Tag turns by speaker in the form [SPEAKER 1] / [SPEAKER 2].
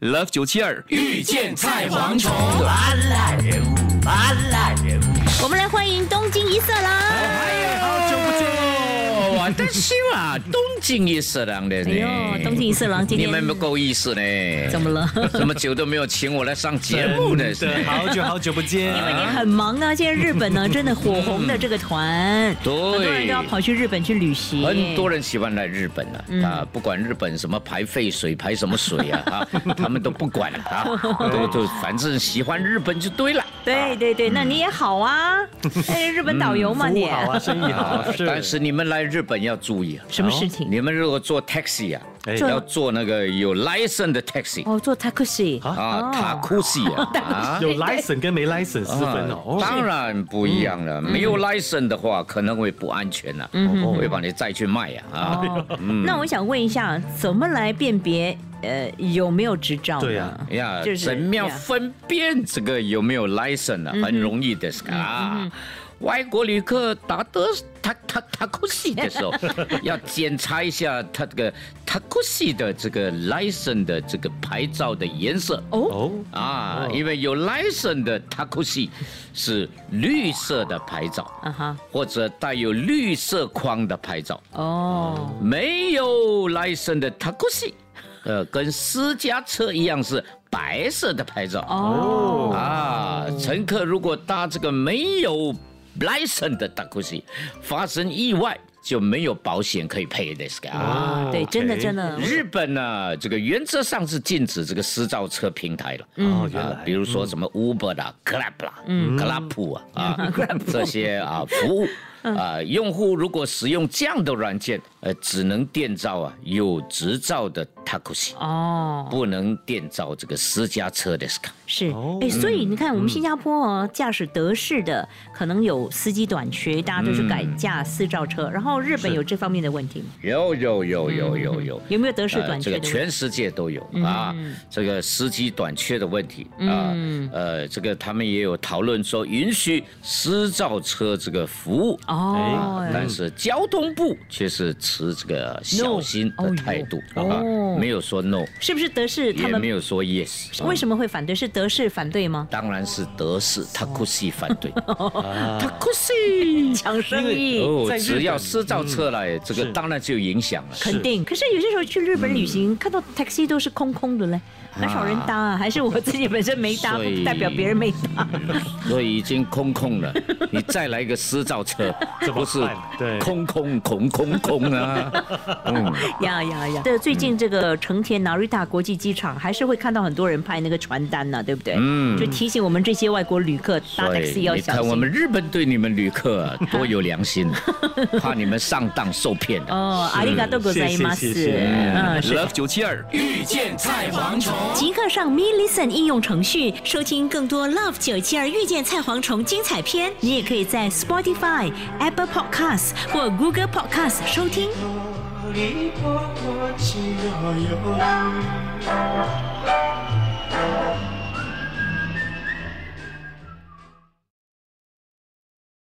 [SPEAKER 1] Love 九七二遇见菜蝗虫，
[SPEAKER 2] 我们来欢迎东京一色狼。
[SPEAKER 3] 哎
[SPEAKER 1] 好久不见。
[SPEAKER 3] 哇，但是啊，东京一色狼的呢
[SPEAKER 2] 哎，呦，东京一色狼今
[SPEAKER 3] 你
[SPEAKER 2] 天
[SPEAKER 3] 们不够意思呢，
[SPEAKER 2] 怎么了？
[SPEAKER 3] 这么久都没有请我来上节目
[SPEAKER 4] 嗯
[SPEAKER 3] 呢，是呢
[SPEAKER 1] 真的好久好久不见。
[SPEAKER 2] 因为你很忙啊，现在日本呢真的火红的这个团，
[SPEAKER 3] 对
[SPEAKER 2] 很多人都要跑去日本去旅行，
[SPEAKER 3] 很多人喜欢来日本啊，
[SPEAKER 2] 嗯
[SPEAKER 3] 啊，不管日本什么排废水、排什么水 啊，啊，他们都不管了
[SPEAKER 2] 哦
[SPEAKER 3] 啊，都都反正喜欢日本就对了。
[SPEAKER 2] 对对对，那你也好啊，哎，日本导游嘛你，
[SPEAKER 4] 好啊，生意
[SPEAKER 1] 哦
[SPEAKER 4] 好 啊，是。
[SPEAKER 3] 但是你们来日本要注意啊，
[SPEAKER 2] 什么事情？
[SPEAKER 3] 你们如果坐 taxi 啊，
[SPEAKER 4] 哎
[SPEAKER 2] 这
[SPEAKER 3] 要坐那个有 license 的 taxi
[SPEAKER 2] 哦，坐 taxi，
[SPEAKER 3] 啊
[SPEAKER 2] 哦，
[SPEAKER 3] 塔库西 啊，啊。
[SPEAKER 4] 有 license 跟没 license 私分哦，
[SPEAKER 3] 啊当然不一样了。
[SPEAKER 2] 嗯
[SPEAKER 3] 没有 license 的话，可能会不安全呐，会把你再去卖呀啊。
[SPEAKER 2] 哦，那我想问一下，怎么来辨别呃有没有执照？
[SPEAKER 4] 对啊，
[SPEAKER 3] 哎呀
[SPEAKER 2] 就，是
[SPEAKER 3] 怎么样
[SPEAKER 2] 呀嗯
[SPEAKER 3] 分辨这个有没有 license 呢？很容易的啊。外国旅客打的他他他库西的 时候，要检查一下他这个他库西的这个 license 的这个牌照的颜色。
[SPEAKER 2] 哦，
[SPEAKER 4] 哦，
[SPEAKER 3] 啊，
[SPEAKER 4] 哦
[SPEAKER 3] 因为有 license 的 takushi 是绿色的牌照，
[SPEAKER 2] 啊哈，
[SPEAKER 3] 或者带有绿色框的牌照，
[SPEAKER 2] 哦，
[SPEAKER 3] 没有 license 的 takushi，呃，跟私家车一样是白色的牌照。
[SPEAKER 2] 哦，
[SPEAKER 3] 啊，乘客如果搭这个没有 license 的 takushi，发生意外就没有保险可以赔的是啊。
[SPEAKER 4] 哦
[SPEAKER 2] 对，真的
[SPEAKER 4] OK
[SPEAKER 2] 真的，
[SPEAKER 3] 日本呢，这个原则上是禁止这个私造车平台了。
[SPEAKER 4] 哦，原
[SPEAKER 3] 啊
[SPEAKER 4] 来，嗯
[SPEAKER 3] 比如说什么 Uber 啦、Grab 啦、Grab 啊 啊这些啊服务
[SPEAKER 4] 嗯
[SPEAKER 3] 啊，用户如果使用这样的软件，呃，只能电召啊有执照的 taxi，
[SPEAKER 2] 哦，
[SPEAKER 3] 不能电召这个私家车的 s
[SPEAKER 2] 是，
[SPEAKER 4] 哦
[SPEAKER 2] 哎，所以你
[SPEAKER 3] 嗯
[SPEAKER 2] 看，我们新加坡哦，驾驶德式的可能有司机短缺，大家都是改驾私照车，然后日本有这方面的问题吗？
[SPEAKER 3] 有有有有有有。
[SPEAKER 2] 有没有德式
[SPEAKER 3] 呃
[SPEAKER 2] 短
[SPEAKER 3] 这
[SPEAKER 2] 缺
[SPEAKER 3] 个
[SPEAKER 2] 的问题？嗯
[SPEAKER 3] 全世界都有啊，这个司机短缺的问题啊，
[SPEAKER 2] 嗯
[SPEAKER 3] 呃，这个他们也有讨论说允许私造车这个服务
[SPEAKER 2] 哦
[SPEAKER 3] 啊，，但是交通部却是持这个小心的态度
[SPEAKER 2] 哦哟
[SPEAKER 3] 啊
[SPEAKER 2] 哦，
[SPEAKER 3] 没有说 no，
[SPEAKER 2] 是不是德式他
[SPEAKER 3] 也
[SPEAKER 2] 们
[SPEAKER 3] 没有说 yes。
[SPEAKER 2] 为什么会反对？是德式反对吗？
[SPEAKER 3] 当然是德式 taxi 反 对
[SPEAKER 2] 哦 taxi 抢
[SPEAKER 4] 因
[SPEAKER 2] 生
[SPEAKER 4] 为
[SPEAKER 2] 意。
[SPEAKER 3] 哦
[SPEAKER 4] 在，日
[SPEAKER 3] 只要
[SPEAKER 4] 本
[SPEAKER 3] 私造车来，这个
[SPEAKER 4] 是
[SPEAKER 3] 当然就有影响了。
[SPEAKER 2] 肯定，可是有些时候去日本旅行，
[SPEAKER 3] 嗯
[SPEAKER 2] 看到 taxi 都是空空的嘞，很少人搭啊，还是我自己本身没搭，
[SPEAKER 3] 所以
[SPEAKER 2] 不代表别人没搭。
[SPEAKER 3] 所以已 经空空了，你再来一个私造车，这不是
[SPEAKER 4] 办对
[SPEAKER 3] 空空空空空啊？嗯，
[SPEAKER 2] 呀呀呀！对，最近这个成田 Narita 国际机场还是会看到很多人拍那个传单呢、对不对？嗯，就提醒我们这些外国旅客搭
[SPEAKER 3] 所
[SPEAKER 2] taxi
[SPEAKER 3] 以
[SPEAKER 2] 要
[SPEAKER 3] 你
[SPEAKER 2] 小
[SPEAKER 3] 看
[SPEAKER 2] 心。
[SPEAKER 3] 我们日本对你们旅客啊多有良 心，怕你们上当受骗的。
[SPEAKER 2] 哦，阿里嘎多ございます
[SPEAKER 4] 谢谢谢。谢
[SPEAKER 2] 嗯，是。
[SPEAKER 1] Love 九七二遇见菜蝗虫。
[SPEAKER 2] 即刻上 Me Listen 应用程序收听更多 Love 九七二遇见菜蝗虫精彩片。你也可以在 Spotify、Apple Podcasts 或 Google Podcasts 收听。
[SPEAKER 5] 一波波起落哟，